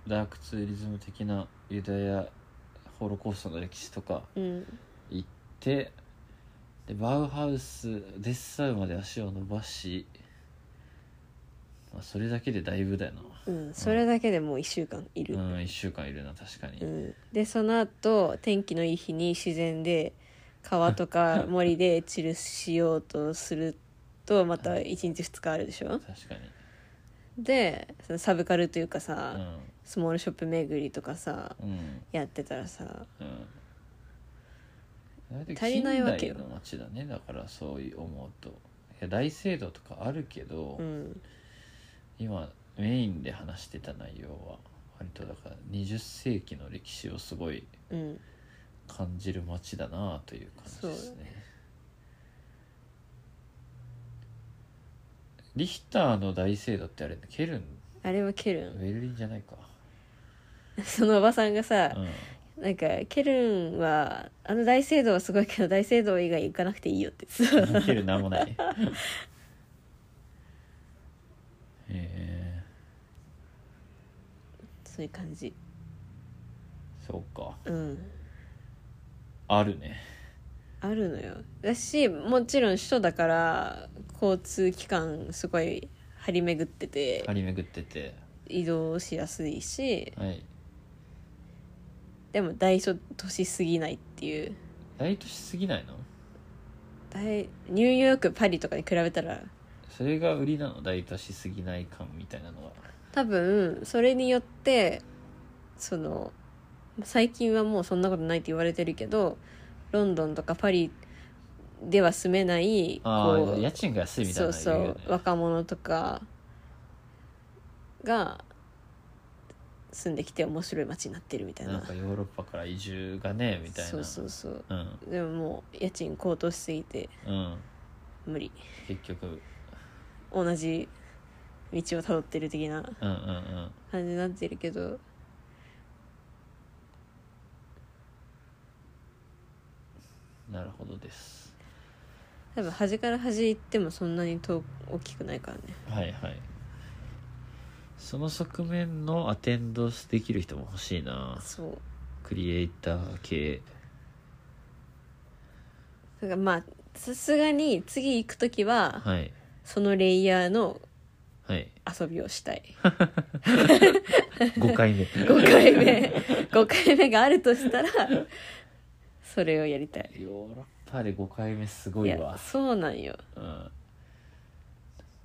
Speaker 1: ダークツーリズム的なユダヤホロコーストの歴史とか
Speaker 2: うん
Speaker 1: 行ってでバウハウスデッサウまで足を伸ばし、まあ、それだけでだいぶだよ
Speaker 2: うんそれだけでもう1週間いる、
Speaker 1: なうん1週間いるな確か
Speaker 2: う
Speaker 1: に
Speaker 2: んでその後天気のいい日に自然で川と か森でチルしようとするとまた1日2日あるでしょ
Speaker 1: 確かに
Speaker 2: でそのサブカルというかさ、
Speaker 1: う
Speaker 2: スモールショップ巡りとかさ
Speaker 1: んうん
Speaker 2: やってたらさ
Speaker 1: うん、
Speaker 2: 足りないわけよ
Speaker 1: 近代の街だねだからそういう思うといや大聖堂とかあるけど、
Speaker 2: うん
Speaker 1: 今メインで話してた内容は割とだから20世紀の歴史をすごい
Speaker 2: うん
Speaker 1: 感じる街だなという感じです
Speaker 2: そう
Speaker 1: ねリヒターの大聖堂ってあれケルン
Speaker 2: あれはケルン
Speaker 1: ベルリンじゃないか、
Speaker 2: そのおばさんがさ
Speaker 1: うん、
Speaker 2: なんかケルンはあの大聖堂はすごいけど大聖堂以外行かなくていいよってさ
Speaker 1: 似てるなんもないえ
Speaker 2: そういう感じ
Speaker 1: ー、そうか
Speaker 2: うん
Speaker 1: あるね
Speaker 2: あるのよだしもちろん首都だから交通機関すごい張り巡ってて
Speaker 1: 張り巡ってて
Speaker 2: 移動しやすいし
Speaker 1: はい
Speaker 2: でも大都市すぎないっていう
Speaker 1: 大都市すぎないの
Speaker 2: 大ニューヨークパリとかに比べたら
Speaker 1: それが売りなの大都市すぎない感みたいなのは
Speaker 2: 多分それによってその最近はもうそんなことないって言われてるけどロンドンとかパリでは住めない
Speaker 1: あ
Speaker 2: こ
Speaker 1: あ
Speaker 2: う
Speaker 1: 家賃が安いみたいなの
Speaker 2: そうそ
Speaker 1: 言うよ
Speaker 2: う
Speaker 1: ね
Speaker 2: 若者とかが住んできて面白い街になってるみたいな
Speaker 1: なんかヨーロッパから移住がねみたいな
Speaker 2: そうそうそう
Speaker 1: うん
Speaker 2: でももう家賃高騰しすぎて
Speaker 1: うん
Speaker 2: 無理
Speaker 1: 結局
Speaker 2: 同じ道をたどってる的な
Speaker 1: うんうんうん
Speaker 2: 感じになってるけど
Speaker 1: なるほどです
Speaker 2: 多分端から端行ってもそんなに遠く大きくないからね
Speaker 1: はいはいその側面のアテンドできる人も欲しいな
Speaker 2: そう
Speaker 1: クリエイター系
Speaker 2: だからまあさすがに次行く時は
Speaker 1: はい
Speaker 2: そのレイヤーの
Speaker 1: はい
Speaker 2: 遊びをしたい
Speaker 1: 5回 目
Speaker 2: 5回目5回目があるとしたらそれをやりたい
Speaker 1: ヨーロッパで5回目すご
Speaker 2: い
Speaker 1: い
Speaker 2: や
Speaker 1: わ
Speaker 2: そうなんよ
Speaker 1: うんだ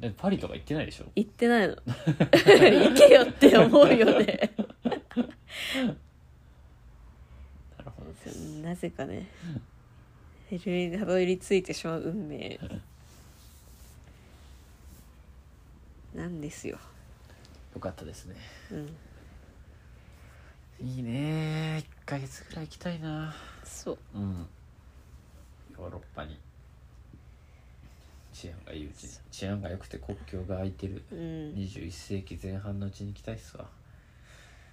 Speaker 1: ってパリとか行ってないでしょ
Speaker 2: 行ってないの行けよって思うよね
Speaker 1: なるほどです
Speaker 2: なぜかね LA にたどり着いてしまう運命なんですよ、
Speaker 1: よかったですね
Speaker 2: うん、
Speaker 1: いいね1ヶ月ぐらい行きたいな
Speaker 2: そ
Speaker 1: う
Speaker 2: う
Speaker 1: んヨーロッパに治安がいいうちに治安が良くて国境が開いてる
Speaker 2: うん、
Speaker 1: 21世紀前半のうちに行きたいっすわ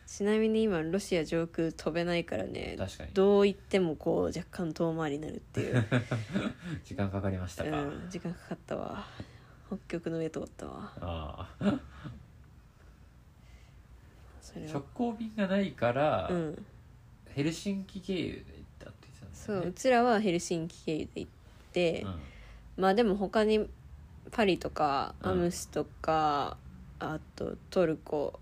Speaker 2: ちなみに今ロシア上空飛べないからね
Speaker 1: 確かに
Speaker 2: どう行ってもこう若干遠回りになるっていう、
Speaker 1: 時間かかりました
Speaker 2: う
Speaker 1: か、
Speaker 2: ん、時間かかったわ北極の上通ったわ
Speaker 1: ああ
Speaker 2: それ
Speaker 1: 直
Speaker 2: は
Speaker 1: 行便がないから、
Speaker 2: うん
Speaker 1: ヘルシンキ経由で行ったって言ってた
Speaker 2: そ
Speaker 1: ん
Speaker 2: う
Speaker 1: だよ
Speaker 2: う
Speaker 1: ね
Speaker 2: ちらはヘルシンキ経由で行って、まあでも他にパリとか
Speaker 1: うん
Speaker 2: アムスとか、あとトルコ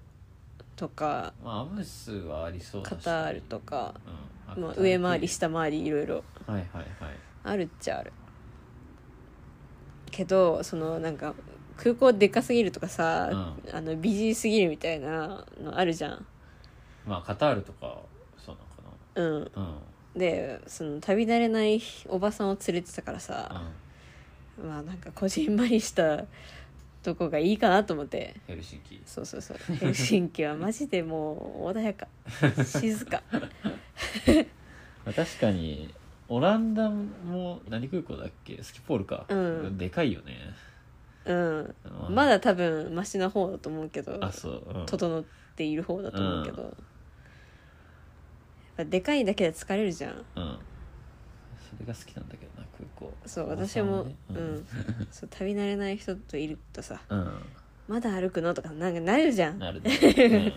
Speaker 2: とか
Speaker 1: うんまあアムスはありそうだし
Speaker 2: カタールとか、
Speaker 1: うん
Speaker 2: まあ、上回り
Speaker 1: し
Speaker 2: 下回りいろいろ
Speaker 1: はいはいはい
Speaker 2: あるっちゃあるけどそのなんか空港でかすぎるとかさ、あのビジーすぎるみたいなのあるじゃん
Speaker 1: まあカタールとかそうなのか
Speaker 2: うん
Speaker 1: なうんうん
Speaker 2: でその旅慣れないおばさんを連れてたからさ、まあなんかこじんまりしたとこがいいかなと思って
Speaker 1: ヘルシンキ
Speaker 2: そうそうそうヘルシンキはマジでもう穏やか静か
Speaker 1: まあ確かにオランダも何空港だっけスキポールか、
Speaker 2: うん
Speaker 1: でかいよね、
Speaker 2: うん
Speaker 1: ま
Speaker 2: まだ多分マシな方だと思うけど
Speaker 1: あそう、うん
Speaker 2: 整っている方だと思うけど、やっぱでかいだけで疲れるじゃん
Speaker 1: うんそれが好きなんだけどな空港
Speaker 2: そう
Speaker 1: おば
Speaker 2: 私
Speaker 1: さんは
Speaker 2: も、
Speaker 1: ね
Speaker 2: う、
Speaker 1: うんん、
Speaker 2: そう旅慣れない人といるとさ
Speaker 1: うん
Speaker 2: 「まだ歩くの?」とかなんかなるじゃん
Speaker 1: なる ね、うん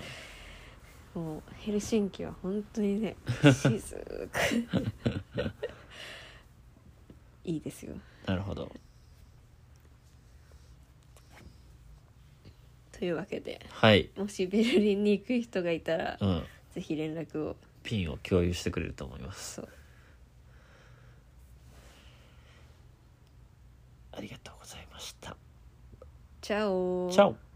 Speaker 2: もうヘルシンキは本当にね静かいいですよ
Speaker 1: なるほど
Speaker 2: というわけで
Speaker 1: はい、
Speaker 2: もしベルリンに行く人がいたら、
Speaker 1: うん、
Speaker 2: ぜひ連絡を
Speaker 1: ピンを共有してくれると思います
Speaker 2: そう
Speaker 1: ありがとうございました
Speaker 2: チャオ
Speaker 1: チャオ